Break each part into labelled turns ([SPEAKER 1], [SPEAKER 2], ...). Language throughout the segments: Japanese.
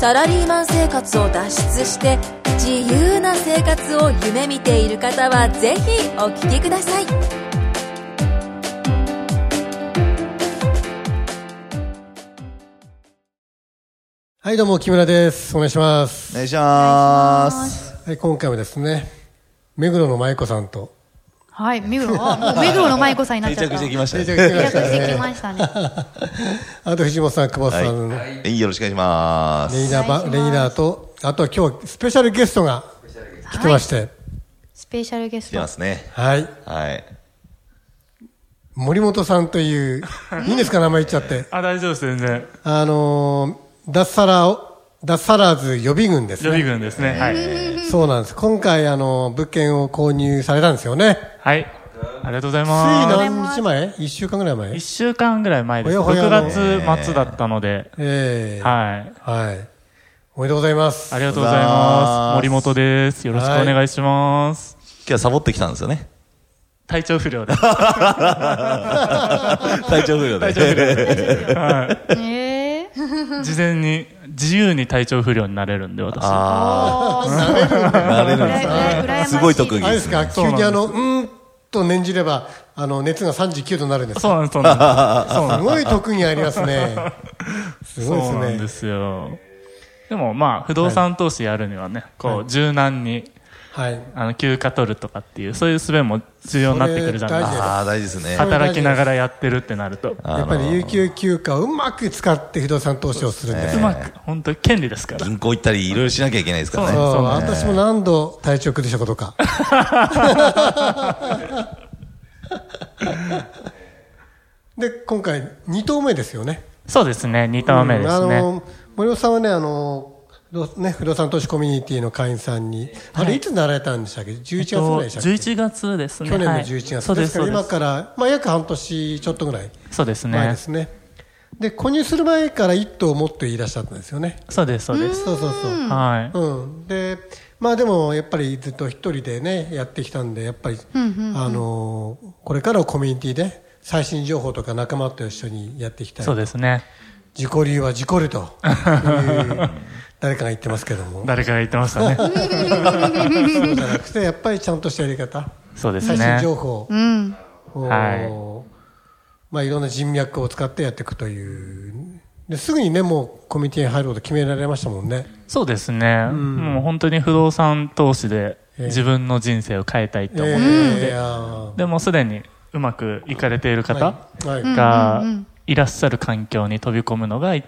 [SPEAKER 1] サラリーマン生活を脱出して自由な生活を夢見ている方はぜひお聞きください
[SPEAKER 2] はい、どうも、木村です。お願いします。
[SPEAKER 3] お願いします。
[SPEAKER 2] はい、今回もですね、目黒の舞子さんと、
[SPEAKER 4] はい、目黒、あもう目黒の舞子さんになっ
[SPEAKER 3] 定
[SPEAKER 4] ちゃった。
[SPEAKER 3] 着してきました
[SPEAKER 2] 定着
[SPEAKER 3] ね。
[SPEAKER 2] してきまし
[SPEAKER 4] 定
[SPEAKER 2] た
[SPEAKER 4] 着してき
[SPEAKER 2] ね。
[SPEAKER 4] ましたね。
[SPEAKER 2] あと、藤本さん、久保田さん、
[SPEAKER 3] はい、よろしくお願いします。
[SPEAKER 2] レギュラーば、レギュラーと、あとは今日、スペシャルゲストが来てまして、
[SPEAKER 4] スペシャルゲス
[SPEAKER 3] 来て
[SPEAKER 4] ト
[SPEAKER 3] ま。すね。
[SPEAKER 2] はい、
[SPEAKER 3] はい。
[SPEAKER 2] 森本さんという、いいんですか、名前言っちゃって。
[SPEAKER 5] あ、大丈夫です、全然。
[SPEAKER 2] あのー、脱サラを、脱サラーズ予備軍です
[SPEAKER 5] 予備
[SPEAKER 2] ね。
[SPEAKER 5] 軍ですね。はい。
[SPEAKER 2] そうなんです。今回、あのー、物件を購入されたんですよね。
[SPEAKER 5] はい。ありがとうござい
[SPEAKER 2] つい
[SPEAKER 5] ま
[SPEAKER 2] 何日前 ?1 週間ぐらい
[SPEAKER 5] す。
[SPEAKER 2] 前
[SPEAKER 5] 一週間ぐらい前です。
[SPEAKER 2] ほやほや
[SPEAKER 5] 6
[SPEAKER 2] の
[SPEAKER 5] 月末だったので。
[SPEAKER 2] ええ
[SPEAKER 5] は
[SPEAKER 2] は
[SPEAKER 5] い。
[SPEAKER 2] い。おめでとうございます。
[SPEAKER 5] ありがとうございます。森本です。よろしくお願いします。
[SPEAKER 3] 今日はサボってきたんですよね。
[SPEAKER 5] 体調不良で。
[SPEAKER 3] 体調不良で。
[SPEAKER 4] えー、
[SPEAKER 5] 事前に、自由に体調不良になれるんで、私。
[SPEAKER 3] ああ、なれるんです
[SPEAKER 4] うらやま
[SPEAKER 3] ね。
[SPEAKER 4] しい
[SPEAKER 3] すごい特技
[SPEAKER 2] あれ
[SPEAKER 3] で
[SPEAKER 2] ですす
[SPEAKER 3] ね。
[SPEAKER 2] か、急にあの、うーんと念じれば、あの、熱が39度になるんです。す
[SPEAKER 5] そうなんです、そうなんです。そうなんです
[SPEAKER 2] ごい特技ありますね。 すごい
[SPEAKER 5] そうなん
[SPEAKER 2] で
[SPEAKER 5] です
[SPEAKER 2] ね。
[SPEAKER 5] すよ。でもまあ、不動産投資やるにはね、こう、柔軟に、
[SPEAKER 2] はい。
[SPEAKER 5] あの、休暇取るとかっていう、そういう術も重要になってくるじゃないですか。
[SPEAKER 3] ああ、大事ですね。
[SPEAKER 2] あ
[SPEAKER 5] 働きながらやってるってなると。
[SPEAKER 2] やっぱり有給休暇をうまく使って不動産投資をするんです
[SPEAKER 5] う。まく、本当に権利ですから。
[SPEAKER 3] 銀行行ったり、いろいろしなきゃいけないですから
[SPEAKER 2] そう、
[SPEAKER 3] ね。
[SPEAKER 2] 私も何度体調崩したこと か。で、今回、2頭目ですよね。
[SPEAKER 5] そうですね、2ターン目です
[SPEAKER 2] あ
[SPEAKER 5] ね。
[SPEAKER 2] の森本さんはねあのどね不動産投資コミュニティの会員さんに、あれいつなられたんでしたっけ11月ぐらいでしたっけ、
[SPEAKER 5] 11月ですね。
[SPEAKER 2] 去年の
[SPEAKER 5] はい
[SPEAKER 2] 11月、
[SPEAKER 5] そうで、
[SPEAKER 2] ですすから
[SPEAKER 5] そうで
[SPEAKER 2] 今
[SPEAKER 5] す。
[SPEAKER 2] から、まあ、約半年ちょっとぐらい
[SPEAKER 5] そうです
[SPEAKER 2] 前
[SPEAKER 5] ね
[SPEAKER 2] で。すねで購入する前から1頭持っていらっしゃったんですよね
[SPEAKER 5] そうです、そうです。
[SPEAKER 2] そうそうそう
[SPEAKER 5] は
[SPEAKER 2] うん、でまあでもやっぱりずっと一人でねやってきたんでやっぱり、あのこれからはコミュニティで最新情報とか仲間と一緒にやっていきた
[SPEAKER 5] い。
[SPEAKER 2] い
[SPEAKER 5] そうですね。
[SPEAKER 2] 自己流は自己流と いう誰かが言ってますけども、
[SPEAKER 5] 誰かが言ってましたね。
[SPEAKER 2] そうじゃなくて、やっぱりちゃんとしたやり方、
[SPEAKER 5] そうです
[SPEAKER 2] 最新
[SPEAKER 5] ね。
[SPEAKER 2] 情報
[SPEAKER 4] うん。
[SPEAKER 2] を、
[SPEAKER 5] はい
[SPEAKER 2] まあ、いろんな人脈を使ってやっていくという、ですぐにね、もうコミュニティに入ること決められましたもんね。
[SPEAKER 5] そうですね。もう本当に不動産投資で
[SPEAKER 2] ええ
[SPEAKER 5] 自分の人生を変えたいと思ってるの
[SPEAKER 2] ええい
[SPEAKER 5] で、
[SPEAKER 2] や
[SPEAKER 5] でもすでにうまくいかれている
[SPEAKER 2] ー
[SPEAKER 5] 方
[SPEAKER 2] はいはい
[SPEAKER 5] がいらっしゃる環境に飛び込むのが、や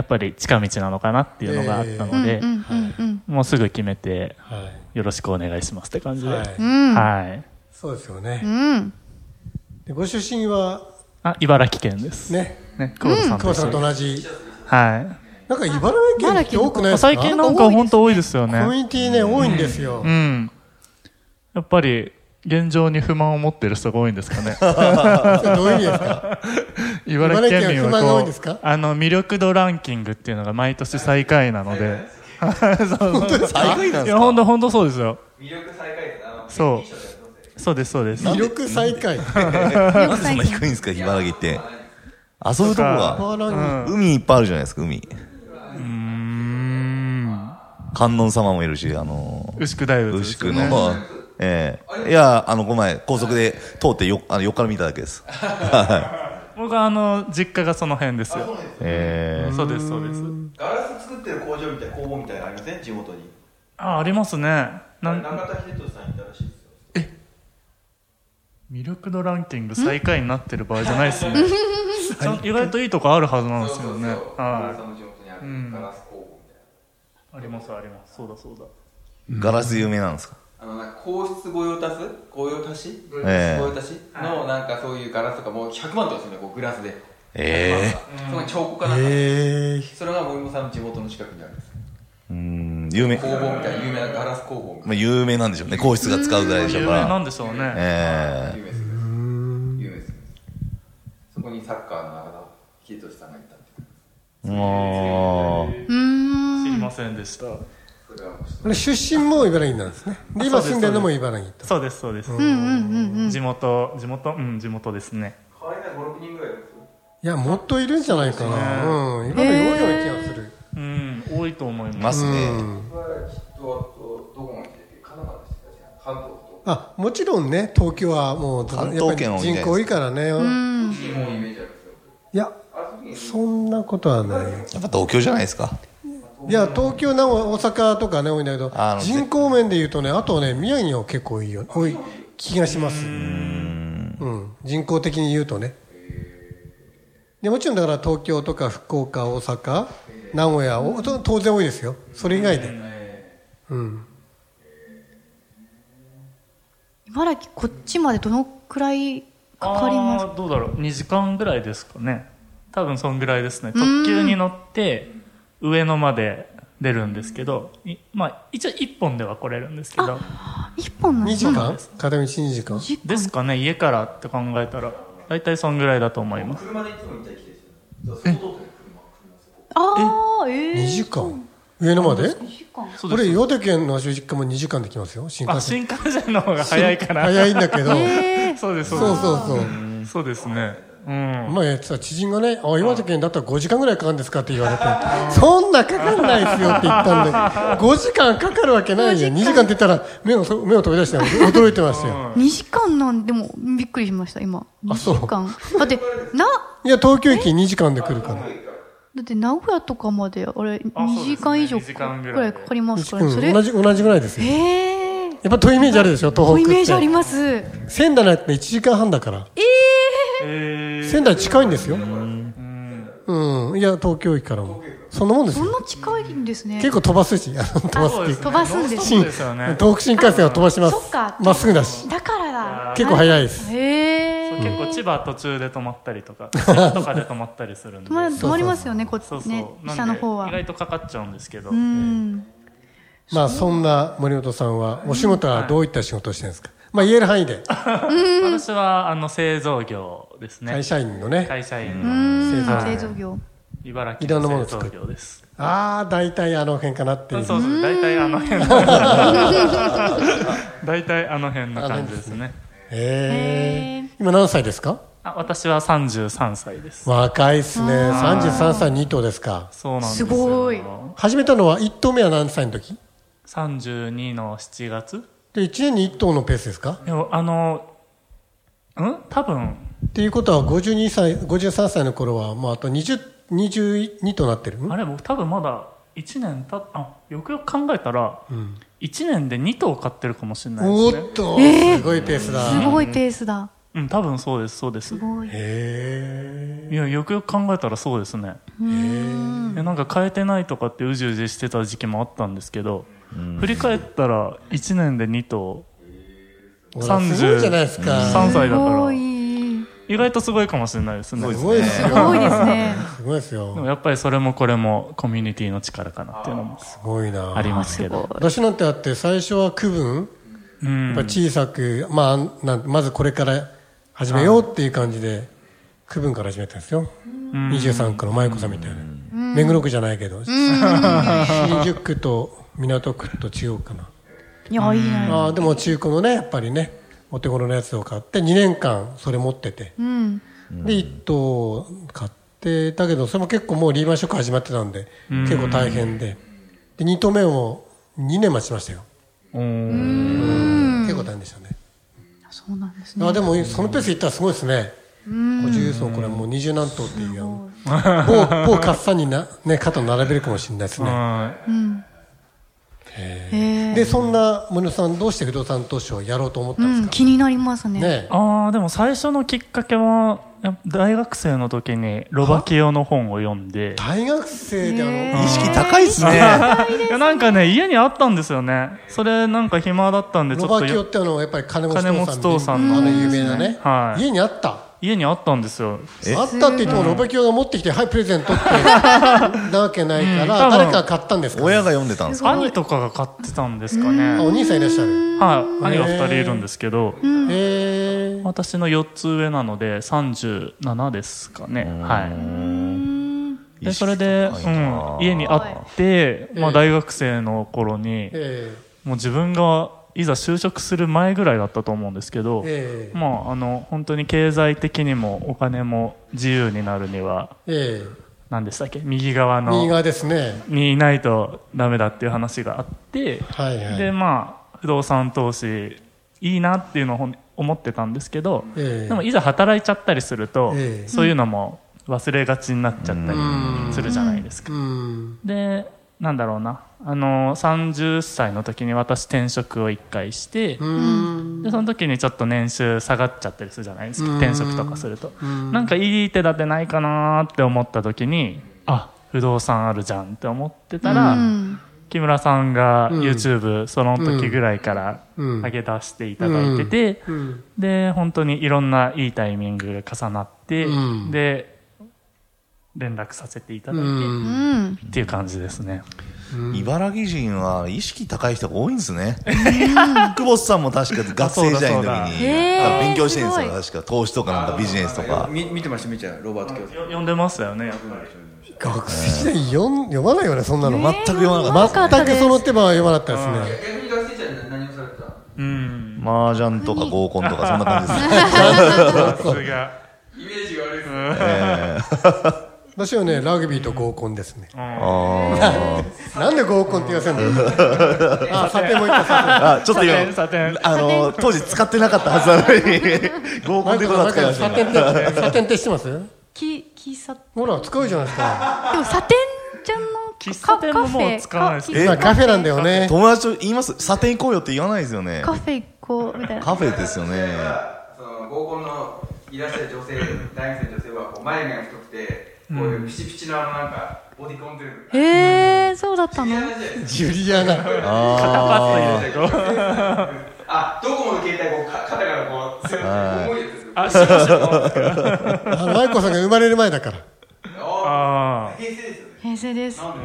[SPEAKER 5] っぱり近道なのかなっていうのがあったので、もうすぐ決めて、
[SPEAKER 2] はい
[SPEAKER 5] よろしくお願いしますって感じで。
[SPEAKER 2] は
[SPEAKER 5] はいい。
[SPEAKER 2] そうですよね、
[SPEAKER 4] うん。
[SPEAKER 2] でご出身は
[SPEAKER 5] あ、茨城県です。ね。
[SPEAKER 2] ね、
[SPEAKER 5] 久保田さ
[SPEAKER 2] 久
[SPEAKER 5] ん
[SPEAKER 2] 保
[SPEAKER 5] と一
[SPEAKER 2] さ
[SPEAKER 5] 緒
[SPEAKER 2] んと
[SPEAKER 5] に。
[SPEAKER 2] 同じ、
[SPEAKER 5] は
[SPEAKER 2] なんか茨城県って多くない
[SPEAKER 5] い。
[SPEAKER 2] ですか、
[SPEAKER 5] 最近なんか本当多いですよ
[SPEAKER 2] コミ
[SPEAKER 5] ね。
[SPEAKER 2] ュニティね、多いんですよ。
[SPEAKER 5] うん。やっぱり、現状に不満を持ってる人が多いんですか ね。
[SPEAKER 2] それどういう意味ですか
[SPEAKER 5] 茨城県民
[SPEAKER 2] 茨城県は不満が多
[SPEAKER 5] はい
[SPEAKER 2] ん
[SPEAKER 5] こ
[SPEAKER 2] ですか
[SPEAKER 5] う、あの、魅力度ランキングっていうのが毎年最下位なの で。本当です
[SPEAKER 3] 最高位なん
[SPEAKER 5] い
[SPEAKER 3] です
[SPEAKER 5] や、
[SPEAKER 3] か
[SPEAKER 5] 本当本当そうですよ。魅力最下位そう。そうです、そうです。
[SPEAKER 2] 魅力最下位。
[SPEAKER 3] なんでそんな低いんですか、茨城って。遊ぶとこが。
[SPEAKER 2] 茨城
[SPEAKER 3] 海いっぱいあるじゃないですか、海。
[SPEAKER 5] うん。
[SPEAKER 3] 観音様もいるし、あの
[SPEAKER 5] 牛久大仏です
[SPEAKER 3] 牛
[SPEAKER 5] よ
[SPEAKER 3] 久
[SPEAKER 5] ね。
[SPEAKER 3] の、ええいや、あの、この前、高速で通ってよ、あの、横から見ただけです。
[SPEAKER 5] 僕はあの、実家がその辺ですよ。
[SPEAKER 3] え
[SPEAKER 5] そうです、そうです。
[SPEAKER 6] ガラス作ってる工場みたいな工房みたいなのありません地元に
[SPEAKER 5] あ、ありますね。な
[SPEAKER 6] 中
[SPEAKER 5] ん
[SPEAKER 6] 田秀人さんいたらしいですよ
[SPEAKER 5] 魅力度ランキング最下位になってる場合じゃないですね。 ちゃん意外といいとこあるはずなんですけどね。は
[SPEAKER 6] の地元にあるガラス工房みたい
[SPEAKER 5] い。あります、あります。そうだ、そうだ。
[SPEAKER 3] えガラス有名なんですか
[SPEAKER 6] なあのなんか皇室御用達御用達御
[SPEAKER 3] ええ
[SPEAKER 6] 用達のなんかそういうガラスとかもう100万とかするんだよこうグラスで
[SPEAKER 3] え
[SPEAKER 6] その彫刻かなんか
[SPEAKER 2] ええ
[SPEAKER 6] それが森本さんの地元の近くにあるんです
[SPEAKER 3] えうーん、有名
[SPEAKER 6] 工房みたいな有名なガラス工房みたい
[SPEAKER 3] まあ、有名なんでしょうね皇室が使うぐらいでしょ
[SPEAKER 5] 有
[SPEAKER 3] う
[SPEAKER 5] 名
[SPEAKER 3] から
[SPEAKER 5] なんでしょうね。
[SPEAKER 3] え
[SPEAKER 6] な有名です有名ですそこにサッカーの中田秀俊さんがいたって
[SPEAKER 3] えもう
[SPEAKER 4] うーん
[SPEAKER 5] 知りませんでした。
[SPEAKER 6] それはもう
[SPEAKER 2] あれ出身も茨城なんですね。で、今住んでるのも茨城と。
[SPEAKER 5] そうです、そうです。地元、地元、うん、地元ですね。
[SPEAKER 6] 可愛いな56人ぐらいいますよ
[SPEAKER 2] いや、もっといるんじゃないかな。うん。今のようような気がする。
[SPEAKER 5] うん、多いと思いま。
[SPEAKER 3] ますすね、
[SPEAKER 6] 僕はきっとあとどこまで神奈川でしたっけ関東と
[SPEAKER 2] あ、もちろんね、東京はもうず、やっ
[SPEAKER 3] 関
[SPEAKER 2] ぱ
[SPEAKER 3] 東
[SPEAKER 2] り
[SPEAKER 3] 圏は多いんじ
[SPEAKER 2] 人
[SPEAKER 3] ゃないです
[SPEAKER 2] 口
[SPEAKER 3] か
[SPEAKER 2] 多いからね。
[SPEAKER 6] もうイメージあるんですよ
[SPEAKER 2] いや、そんなことはない。
[SPEAKER 3] やっぱ東京じゃないですか
[SPEAKER 2] いや、東京、名古屋、大阪とかね、多いんだけど
[SPEAKER 3] あ、の
[SPEAKER 2] 人口面で言うとね、あとね、宮城は結構多いよ、多い気がします。うん。人口的に言うとね。で、もちろんだから東京とか福岡、大阪、名古屋、おと当然多いですよ。それ以外で。うん。
[SPEAKER 4] 茨城こっちまでどのくらいかかります
[SPEAKER 5] あーどうだろう、2時間ぐらいですかね。多分そんぐらいですね。特急に乗って、上野まで出るんですけど、いまあ、一応1本では来れるんですけど、
[SPEAKER 4] 一本なの
[SPEAKER 2] 2時間片道2時間。
[SPEAKER 5] ですかね、家からって考えたら、大体そんぐらいだと思い ます。
[SPEAKER 6] 車でいつも行ったり来たりしてるじゃあ外で車
[SPEAKER 4] ああええ
[SPEAKER 2] 2時間上野まで
[SPEAKER 4] 2時間
[SPEAKER 5] そう
[SPEAKER 2] こ
[SPEAKER 5] で
[SPEAKER 2] れ
[SPEAKER 5] す。
[SPEAKER 2] 岩手県の実家も2時間できますよ新
[SPEAKER 5] あ、
[SPEAKER 2] 幹線
[SPEAKER 5] 新幹線の方が早いから。
[SPEAKER 2] 早いんだけど、
[SPEAKER 5] そうです、そ
[SPEAKER 2] そう
[SPEAKER 5] うです。
[SPEAKER 2] そうそう
[SPEAKER 5] そうですね。うん。
[SPEAKER 2] 前さ知人がねあ岩手県だったら5時間ぐらいかかるんですかって言われてそんなかかんないですよって言ったんだけど5時 間かかるわけないよ2時間って言ったら目を目を飛び出して驚いてましたよ
[SPEAKER 4] 2時間なんでもびっくりしました今2
[SPEAKER 2] あそう
[SPEAKER 4] 時間だってない
[SPEAKER 2] や東京駅2時間で来るから
[SPEAKER 4] だって名古屋とかまであれ
[SPEAKER 5] あそうです
[SPEAKER 4] 2
[SPEAKER 5] ね
[SPEAKER 4] 時間以上
[SPEAKER 5] 二時間ぐらい
[SPEAKER 4] くらいかかりますから
[SPEAKER 2] う
[SPEAKER 4] ねそれ
[SPEAKER 2] ん同じ同じぐらいですよ
[SPEAKER 4] ええ
[SPEAKER 2] やっぱ遠いイメージあるでしょ
[SPEAKER 4] お
[SPEAKER 2] 東
[SPEAKER 4] イ
[SPEAKER 2] 北
[SPEAKER 4] メ
[SPEAKER 2] っ
[SPEAKER 4] ージあり
[SPEAKER 2] て
[SPEAKER 4] ます
[SPEAKER 2] 仙台のやつって1時間半だから
[SPEAKER 5] えー
[SPEAKER 2] 仙台近いんですようんいや東京駅からもそんなもんです
[SPEAKER 4] そ
[SPEAKER 2] よ
[SPEAKER 4] んな近いんですね
[SPEAKER 2] 結構飛ばすし、あの飛ばす
[SPEAKER 5] そう
[SPEAKER 2] って
[SPEAKER 5] で
[SPEAKER 2] いう
[SPEAKER 5] すね
[SPEAKER 4] 飛ばすんです
[SPEAKER 5] そ
[SPEAKER 2] 新
[SPEAKER 5] うですよね。
[SPEAKER 2] 東北新幹線は飛ばしま
[SPEAKER 4] あそっ
[SPEAKER 2] す
[SPEAKER 4] か。
[SPEAKER 2] まっすぐだし。
[SPEAKER 4] だからだ
[SPEAKER 2] 結構早いです。
[SPEAKER 4] へえ
[SPEAKER 5] 結構千葉途中で止まったり とか、千葉とかで止まったりするんで。
[SPEAKER 4] 止ま止まりますよねこっち
[SPEAKER 5] そうそう。
[SPEAKER 4] ね
[SPEAKER 5] なんで
[SPEAKER 4] 下の方は
[SPEAKER 5] 意外とかかっちゃうんですけど。
[SPEAKER 4] うん
[SPEAKER 2] まあそんな森本さんは、お仕事はどういった仕事をしてるんですかまあ言える範囲で。
[SPEAKER 5] 私は、あの、製造業ですね。
[SPEAKER 2] 会社員のね。
[SPEAKER 5] 会社員
[SPEAKER 4] う
[SPEAKER 5] の
[SPEAKER 4] ん
[SPEAKER 5] はい
[SPEAKER 4] 製造業
[SPEAKER 5] 茨
[SPEAKER 2] いろ
[SPEAKER 5] 城
[SPEAKER 2] んなものを
[SPEAKER 5] の製
[SPEAKER 2] 作
[SPEAKER 5] 造
[SPEAKER 2] る
[SPEAKER 5] 業です。
[SPEAKER 2] ああ、大体あの辺かなってい
[SPEAKER 5] そう
[SPEAKER 2] う。
[SPEAKER 5] そうそう。大体あの辺の。大体あの辺の感じですね。
[SPEAKER 2] へえ。今何歳ですか
[SPEAKER 5] あ私は33歳です。
[SPEAKER 2] 若いっすね。33歳2頭ですか。
[SPEAKER 5] そうなんですよ。
[SPEAKER 4] すごい
[SPEAKER 2] 始めたのは1頭目は何歳の時
[SPEAKER 5] 32の7月
[SPEAKER 2] で、1年に1頭のペースですか
[SPEAKER 5] でもあの、ん多分、
[SPEAKER 2] っていうことは52歳、53歳の頃は、もうあと20、22頭なってる。
[SPEAKER 5] あれ僕多分まだ1年たあよくよく考えたら、1年で2頭買ってるかもしれない
[SPEAKER 2] お
[SPEAKER 5] ですね
[SPEAKER 2] ーっと、すごいペースだ。
[SPEAKER 4] すごいペースだ
[SPEAKER 5] うん多分そうですそうです
[SPEAKER 4] すごい
[SPEAKER 2] へ
[SPEAKER 5] いやよくよく考えたらそうですねえなんか変えてないとかってうじうじしてた時期もあったんですけど振り返ったら1年で2頭
[SPEAKER 2] え。ほらすごいじゃないですか。
[SPEAKER 5] 3
[SPEAKER 4] す
[SPEAKER 5] 歳だか
[SPEAKER 4] ご
[SPEAKER 5] ら
[SPEAKER 4] い
[SPEAKER 5] 意外とすごいかもしれないですね
[SPEAKER 2] すごいです
[SPEAKER 4] す
[SPEAKER 2] よ。
[SPEAKER 4] ごいですね
[SPEAKER 2] すごいです
[SPEAKER 5] で
[SPEAKER 2] よ。
[SPEAKER 5] もやっぱりそれもこれもコミュニティの力かなっていうのも
[SPEAKER 2] すごい
[SPEAKER 5] あ
[SPEAKER 2] な。
[SPEAKER 5] りますけど
[SPEAKER 2] 私なんてあって、最初は区分、
[SPEAKER 5] うん
[SPEAKER 2] やっぱ小さく、まあなん、まずこれから始めようっていう感じで、区分から始めたんですよ。23区の舞子さんみたいな。目黒区じゃないけど、新宿区と港区と中央区かな。
[SPEAKER 4] いやいいな
[SPEAKER 2] あーでも中古のね、やっぱりね、お手頃のやつを買って、2年間それ持ってて。
[SPEAKER 4] うん
[SPEAKER 2] で、一頭買って、だけど、それも結構もうリーマンショック始まってたんで、結構大変で。で、二頭目を2年待ちましたよ。
[SPEAKER 5] おー
[SPEAKER 2] 結構大変でしたね。
[SPEAKER 4] そうなんですね
[SPEAKER 2] あでも、そのペースいったらすごいですね。50層、これもう二十何頭っていうやん。某、某 カッサンにな、ね、肩を並べるかもしれないですね。
[SPEAKER 5] はい
[SPEAKER 4] へえ
[SPEAKER 2] で、そんな森野さん、どうして不動産投資をやろうと思った
[SPEAKER 4] うんん
[SPEAKER 2] ですか
[SPEAKER 4] 気になりますね
[SPEAKER 2] ねえ
[SPEAKER 5] ああでも最初のきっかけはやっぱ大学生の時にロバキオの本を読んで
[SPEAKER 2] 大学生であの、
[SPEAKER 3] 意識高いっすね
[SPEAKER 5] いやなんかね家にあったんですよねそれなんか暇だったんでちょ
[SPEAKER 2] ロ
[SPEAKER 5] っと
[SPEAKER 2] バキ
[SPEAKER 5] よ
[SPEAKER 2] オってあの、やっぱり金持ち
[SPEAKER 5] 金持ち父
[SPEAKER 2] 父
[SPEAKER 5] さ
[SPEAKER 2] さ
[SPEAKER 5] ん
[SPEAKER 2] ん
[SPEAKER 5] の
[SPEAKER 2] のあの有名なね
[SPEAKER 5] は、い
[SPEAKER 2] 家にあった。
[SPEAKER 5] 家にあったんですよ
[SPEAKER 3] え
[SPEAKER 2] あったって言ってもロベキオが持ってきてはいプレゼントってなわけないから、
[SPEAKER 5] うん多分
[SPEAKER 2] 誰かが買ったんですか
[SPEAKER 3] 親が読んでたんですか
[SPEAKER 5] 兄とかが買ってたんですか
[SPEAKER 2] あ
[SPEAKER 5] ね
[SPEAKER 2] お兄さんいらっしゃる
[SPEAKER 5] はい兄が2人いるんですけど
[SPEAKER 2] へえ
[SPEAKER 5] 私の4つ上なので37ですかねはいでそれで、
[SPEAKER 3] 意識高
[SPEAKER 5] う、
[SPEAKER 3] いなん
[SPEAKER 5] 家にあって、まあ、大学生の頃に
[SPEAKER 2] え
[SPEAKER 5] もう自分がいざ就職する前ぐらいだったと思うんですけど
[SPEAKER 2] え、ええ
[SPEAKER 5] まあ、あの本当に経済的にもお金も自由になるには
[SPEAKER 2] ええ
[SPEAKER 5] 何でしたっけ右側
[SPEAKER 2] 右
[SPEAKER 5] の
[SPEAKER 2] 側ですね
[SPEAKER 5] にいないとダメだっていう話があって、
[SPEAKER 2] はいはい
[SPEAKER 5] でまあ不動産投資いいなっていうのをほん思ってたんですけど、
[SPEAKER 2] ええ
[SPEAKER 5] でもいざ働いちゃったりすると、
[SPEAKER 2] ええ
[SPEAKER 5] そういうのも忘れがちになっちゃったりするじゃないですか。
[SPEAKER 2] うん
[SPEAKER 5] でなんだろうなあの30歳の時に私転職を1回して、
[SPEAKER 2] うん
[SPEAKER 5] でその時にちょっと年収下がっちゃったりするじゃないですか転職とかすると
[SPEAKER 2] ん
[SPEAKER 5] なんかいい手立てないかなーって思った時にあ不動産あるじゃんって思ってたら、
[SPEAKER 4] うん
[SPEAKER 5] 木村さんが
[SPEAKER 2] ん
[SPEAKER 5] YouTube その時ぐらいから
[SPEAKER 2] うん
[SPEAKER 5] 上げ出していただいてて、
[SPEAKER 2] うん
[SPEAKER 5] で本当にいろんないいタイミングが重なって、
[SPEAKER 2] うん
[SPEAKER 5] で連絡させていただ
[SPEAKER 2] う
[SPEAKER 5] い
[SPEAKER 4] う
[SPEAKER 5] て、
[SPEAKER 4] んん
[SPEAKER 5] っていう感じですね
[SPEAKER 3] 茨城人は意識高い人が多いんですね。久保田さんも確か学生時代の時
[SPEAKER 5] あそうだそうだ
[SPEAKER 3] に
[SPEAKER 4] へー
[SPEAKER 3] 勉強してるんです
[SPEAKER 4] す
[SPEAKER 3] よ、確か。
[SPEAKER 4] ご
[SPEAKER 3] 投資とかなんかビジネスと
[SPEAKER 6] あ
[SPEAKER 3] か。
[SPEAKER 6] み見てました見てましたロバート教授
[SPEAKER 5] よ呼んでましたよねやっぱり
[SPEAKER 2] 学生時代読ん読まないよねそんなの、
[SPEAKER 3] 全く読まなかった。
[SPEAKER 2] 全くその手間は読まなかったですね
[SPEAKER 6] 逆に学生じゃ何をされてた
[SPEAKER 5] うん
[SPEAKER 3] 麻雀とか合コンとかそんな感じです ね。
[SPEAKER 5] さすが
[SPEAKER 6] イメージが悪いですね
[SPEAKER 2] 私はねラグビーと合コンですね
[SPEAKER 3] あ
[SPEAKER 2] なんで合コンって言わせんのあ査定も言った査定
[SPEAKER 3] ーあ、ちょっと今、
[SPEAKER 5] 査定
[SPEAKER 3] あの、当時使ってなかったはずなの に、合コンってことは使いました
[SPEAKER 2] サ
[SPEAKER 3] ね
[SPEAKER 2] テンって、サテンって知ってます
[SPEAKER 4] き喫茶で
[SPEAKER 2] ほら、使うじゃないですか。
[SPEAKER 4] もサテンじゃんの
[SPEAKER 5] 喫茶店ももう
[SPEAKER 4] カ
[SPEAKER 5] 使わないです
[SPEAKER 4] カフェ
[SPEAKER 2] 今カフェなんだよね。
[SPEAKER 3] 友達と言います査定行こうよって言わないですよね。
[SPEAKER 4] カフェ行こうみたいな
[SPEAKER 3] カフェですよね。
[SPEAKER 6] その合コンのいらっしゃる女性大学生の女性はこう眉毛が太くてこういうピチピチのあのなんかボディコンというか
[SPEAKER 4] へえそうだったの
[SPEAKER 2] ジュリアナ。
[SPEAKER 3] あ
[SPEAKER 6] あドコモの携帯こうか肩からこうする重いやつですよ
[SPEAKER 5] あ、しました。
[SPEAKER 2] あの、愛子さんが生まれる前だから。
[SPEAKER 5] あ
[SPEAKER 6] あー平成ですよね
[SPEAKER 4] 平成です
[SPEAKER 6] なんで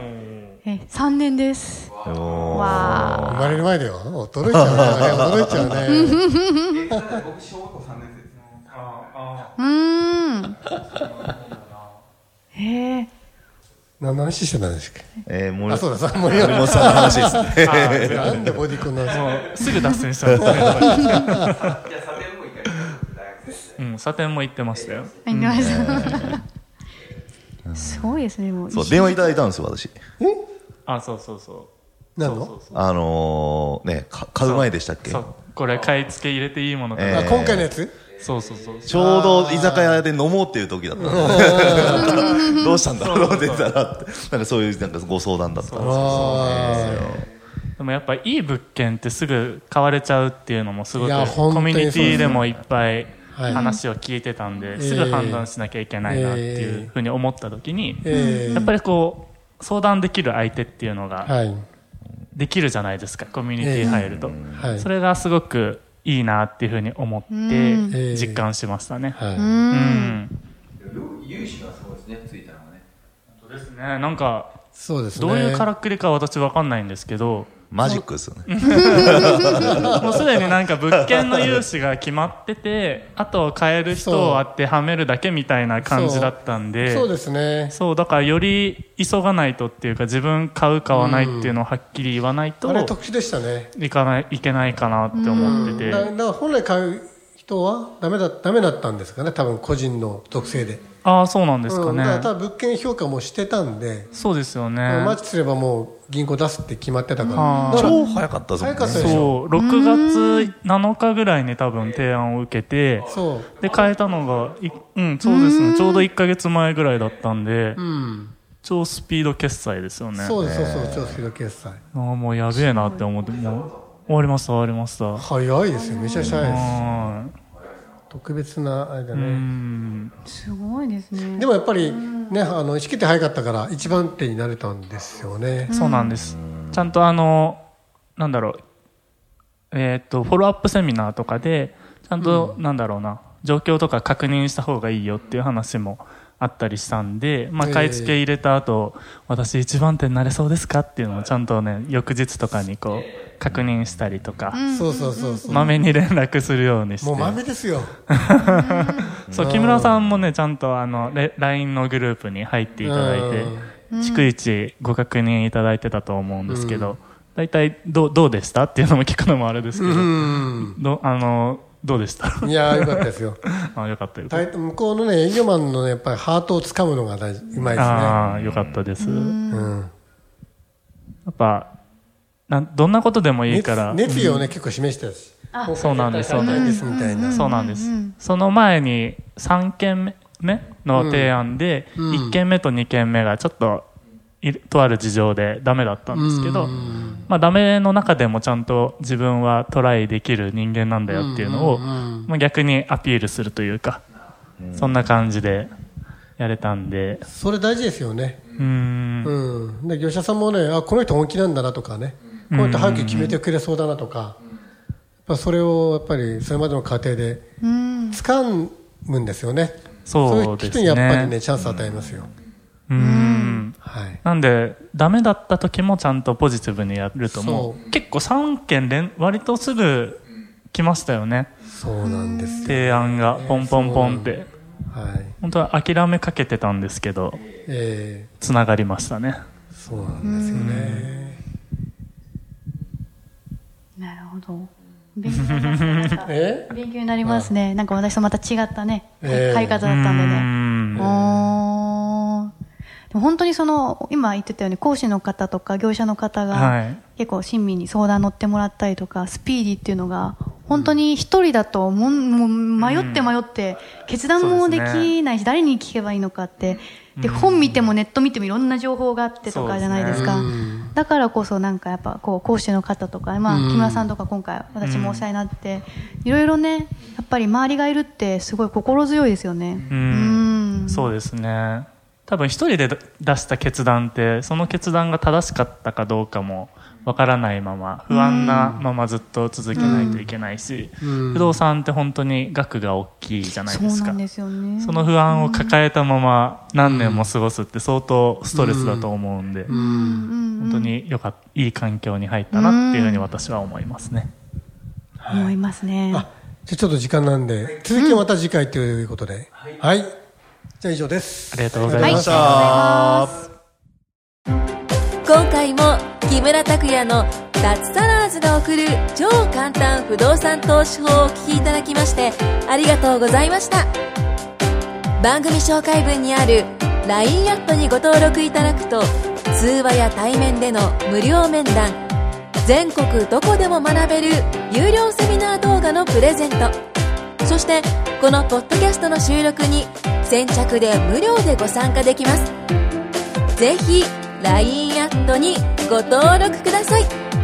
[SPEAKER 4] え三年です
[SPEAKER 3] あ。おー
[SPEAKER 4] わ
[SPEAKER 2] 生まれる前だよ。驚いちゃうね。驚いちゃうね。
[SPEAKER 6] えだって僕小学校三年生です
[SPEAKER 5] あ。
[SPEAKER 4] ーうーんへえ
[SPEAKER 2] 何の話してたんですか
[SPEAKER 3] えー、森
[SPEAKER 2] あ、
[SPEAKER 3] 森
[SPEAKER 2] そうだ、さ、森山
[SPEAKER 3] 本さんの話ですね。
[SPEAKER 2] なんでボディコンの話
[SPEAKER 5] もうすぐ脱線したんですね。
[SPEAKER 6] じゃあ査定も行かれた大学生で
[SPEAKER 5] うん、査定も行ってましたよ。
[SPEAKER 4] 井上さんすごいですねもう
[SPEAKER 3] そう、電話いただいたんですよ、私。
[SPEAKER 5] あ、そうそうそ
[SPEAKER 2] な
[SPEAKER 5] う。そうそう
[SPEAKER 2] の
[SPEAKER 5] そう。
[SPEAKER 3] あのー、ね、か買う前でしたっけち
[SPEAKER 5] そう、これ買い付け入れていいものか
[SPEAKER 3] え
[SPEAKER 5] な。
[SPEAKER 2] あ今回のやつ
[SPEAKER 5] そうそうそう。そ
[SPEAKER 3] ょうど居酒屋で飲もうっていう時だったんで どうしたんだろう飲んでたらって、なんかそういうなんかご相談だったんです
[SPEAKER 2] あ
[SPEAKER 5] うでもやっぱいい物件ってすぐ買われちゃうっていうのもすご
[SPEAKER 2] い
[SPEAKER 5] く
[SPEAKER 2] や本当
[SPEAKER 5] コ
[SPEAKER 2] に
[SPEAKER 5] ミュニ
[SPEAKER 2] そうで
[SPEAKER 5] テ
[SPEAKER 2] す
[SPEAKER 5] ィ
[SPEAKER 2] ね
[SPEAKER 5] でもいっぱい
[SPEAKER 2] はい
[SPEAKER 5] 話を聞いてたんで、すぐ判断しなきゃいけないなってい
[SPEAKER 2] えー
[SPEAKER 5] うふうに思った時に、
[SPEAKER 2] えー
[SPEAKER 5] やっぱりこう、相談できる相手っていうの
[SPEAKER 2] あ。
[SPEAKER 5] が
[SPEAKER 2] はい。
[SPEAKER 5] できるじゃないですか、コミュニティ入ると。
[SPEAKER 2] はい
[SPEAKER 5] そ。れがすごくいいなっていうふうに思って
[SPEAKER 2] ん
[SPEAKER 5] 実感しましたね。
[SPEAKER 2] は
[SPEAKER 5] うん。
[SPEAKER 6] も有志がすごいですねついたのがね
[SPEAKER 5] そうですね。なんか
[SPEAKER 2] い。そうですね。
[SPEAKER 5] どういうからくりか私わかんないんですけど、
[SPEAKER 3] マジックですよね。
[SPEAKER 5] もうすでになんか物件の融資が決まってて、あとは買える人を当てはめるだけみたいな感じだったんで、
[SPEAKER 2] そうですね。
[SPEAKER 5] そうだからより急がないとっていうか自分買う買わないっていうのをはっきり言わないと
[SPEAKER 2] あれ特殊でしたね。
[SPEAKER 5] いかないいけないかなって思ってて、
[SPEAKER 2] だだから本来買う人はダメだダメだったんですかね多分個人の属性で
[SPEAKER 5] ああそうなんですか
[SPEAKER 2] うん
[SPEAKER 5] ね
[SPEAKER 2] だ。ら多分物件評価もしてたんで、
[SPEAKER 5] そうですよね。
[SPEAKER 2] マッチすればもう銀行出すって決まってたから、
[SPEAKER 5] は
[SPEAKER 2] だから
[SPEAKER 3] 超早かったですも
[SPEAKER 2] 早
[SPEAKER 3] ん
[SPEAKER 2] か
[SPEAKER 3] ね
[SPEAKER 2] っ。たでしょ
[SPEAKER 5] そう、6月7日ぐらいに多分提案を受けて、
[SPEAKER 2] そう
[SPEAKER 5] で、変えたのが、いうん、そうですね、ちょうど1ヶ月前ぐらいだったんで、
[SPEAKER 2] うん
[SPEAKER 5] 超スピード決済ですよね。
[SPEAKER 2] そうですそうそう超スピード決済
[SPEAKER 5] ああ、もうやべえなって思って、もう、終わりました、終わりました。は
[SPEAKER 2] 早いですよめちゃくちゃ早いです
[SPEAKER 5] ーい。
[SPEAKER 2] 特別なあれだ
[SPEAKER 5] う
[SPEAKER 2] ね、
[SPEAKER 5] ん。
[SPEAKER 4] すごいですね
[SPEAKER 2] でもやっぱりねあの意識って早かったから一番手になれたんですよね、
[SPEAKER 5] そうなんです。ちゃんとあの、なんだろう、えっ、と、フォローアップセミナーとかで、ちゃんと、なんだろうな、状況とか確認した方がいいよっていう話もあったりしたんで、まあ、
[SPEAKER 2] ええ
[SPEAKER 5] 買い付け入れた後、私一番手になれそうですかっていうのもちゃんとね、翌日とかにこう、確認したりとか、
[SPEAKER 2] そうそうそうそう。
[SPEAKER 5] まめに連絡するようにして。
[SPEAKER 2] もう豆ですよ。
[SPEAKER 5] そう、木村さんもね、ちゃんとあの、レ LINE のグループに入っていただいて
[SPEAKER 2] うん、
[SPEAKER 5] 逐一ご確認いただいてたと思うんですけど、大体どう、どうでしたっていうのも聞くのもあれですけ
[SPEAKER 2] う
[SPEAKER 5] ど、
[SPEAKER 2] ん。
[SPEAKER 5] どあの、どうでした
[SPEAKER 2] いやー、よかったですよ。
[SPEAKER 5] あ、よかったよかっ
[SPEAKER 2] 大向こうのね、営業マンのね、やっぱりハートをつかむのが大事、うまい
[SPEAKER 5] た。
[SPEAKER 2] ですね。
[SPEAKER 5] ああー、よかったです。
[SPEAKER 2] うん。
[SPEAKER 5] やっぱ、なんどんなことでもいいから、
[SPEAKER 2] 熱熱意をね、結構示してたし。
[SPEAKER 5] そうなんです、そうなん
[SPEAKER 2] で、
[SPEAKER 5] です
[SPEAKER 2] みたいな。
[SPEAKER 5] す。そうなんです。その前に3件目の提案で、
[SPEAKER 2] うん
[SPEAKER 5] 1件目と2件目がちょっと、いとある事情でダメだったんですけど、
[SPEAKER 2] うん
[SPEAKER 5] まあダメの中でもちゃんと自分はトライできる人間なんだよっていうのを、まあ逆にアピールするというか、そんな感じでやれたんで、
[SPEAKER 2] それ大事ですよね。
[SPEAKER 5] うーん、
[SPEAKER 2] うん。で、業者さんもね、あ、この人本気なんだなとかね、この人早く決めてくれそうだなとか、やっぱそれを、やっぱり、それまでの過程で、掴むんですよね。
[SPEAKER 5] そう
[SPEAKER 2] い
[SPEAKER 5] で
[SPEAKER 2] 人
[SPEAKER 5] す
[SPEAKER 2] に
[SPEAKER 5] ね。
[SPEAKER 2] やっぱりね、チャンス与えますよ。
[SPEAKER 5] うーん。
[SPEAKER 2] はい。
[SPEAKER 5] なんで、ダメだった時もちゃんとポジティブにやると
[SPEAKER 2] そ
[SPEAKER 5] も、
[SPEAKER 2] う
[SPEAKER 5] 結構3件連、割とすぐ来ましたよね。
[SPEAKER 2] そうなんですよ。
[SPEAKER 5] 提案がポンポンポンって。
[SPEAKER 2] はい。
[SPEAKER 5] 本当は諦めかけてたんですけど、
[SPEAKER 2] えー
[SPEAKER 5] つながりましたね。
[SPEAKER 2] そうなんですよね。
[SPEAKER 4] なるほど。勉強になりま すねなんか
[SPEAKER 2] え
[SPEAKER 4] 勉強になりますね。なんか私とまた違ったね、
[SPEAKER 2] ええ
[SPEAKER 4] 買い方
[SPEAKER 5] うー
[SPEAKER 4] だったんでね。
[SPEAKER 5] ん。
[SPEAKER 4] おーでも本当にその、今言ってたように講師の方とか業者の方
[SPEAKER 5] は
[SPEAKER 4] が
[SPEAKER 5] い
[SPEAKER 4] 結構親身に相談乗ってもらったりとか、スピーディーっていうのが、本当に一人だともん、もう迷って迷って、決断もできないし、誰に聞けばいいのかって、で、本見てもネット見てもいろんな情報があってとかじゃないですか。
[SPEAKER 2] そうですねうん
[SPEAKER 4] だからこそなんかやっぱこう講師の方とか、まあ、
[SPEAKER 2] うん
[SPEAKER 4] 木村さんとか今回私もお世話になって、いろいろねやっぱり周りがいるってすごい心強いですよね。
[SPEAKER 5] う
[SPEAKER 4] うんん
[SPEAKER 5] そうですね多分一人で出した決断ってその決断が正しかったかどうかもわからないまま不安なままずっと続けないといけないし、
[SPEAKER 2] うん
[SPEAKER 5] 不動産って本当に額が大きいじゃない
[SPEAKER 4] そう
[SPEAKER 5] です
[SPEAKER 4] な
[SPEAKER 5] か
[SPEAKER 4] んですよね。
[SPEAKER 5] その不安を抱えたまま何年も過ごすって相当ストレスだと思うんで、
[SPEAKER 2] うん。
[SPEAKER 5] 本当によかっいい環境に入ったなっていうふうに私は思いますね、
[SPEAKER 4] 思いますね。
[SPEAKER 2] あ、じゃあちょっと時間なんで、続きはまた次回ということで。はい。じゃあ以上です。
[SPEAKER 5] ありがとうございました、
[SPEAKER 1] 今回も木村拓哉の脱サラーズが送る超簡単不動産投資法をお聞きいただきましてありがとうございました番組紹介文にある LINE アットにご登録いただくと通話や対面での無料面談全国どこでも学べる有料セミナー動画のプレゼントそしてこのポッドキャストの収録に先着で無料でご参加できますぜひ LINE アットにご登録ください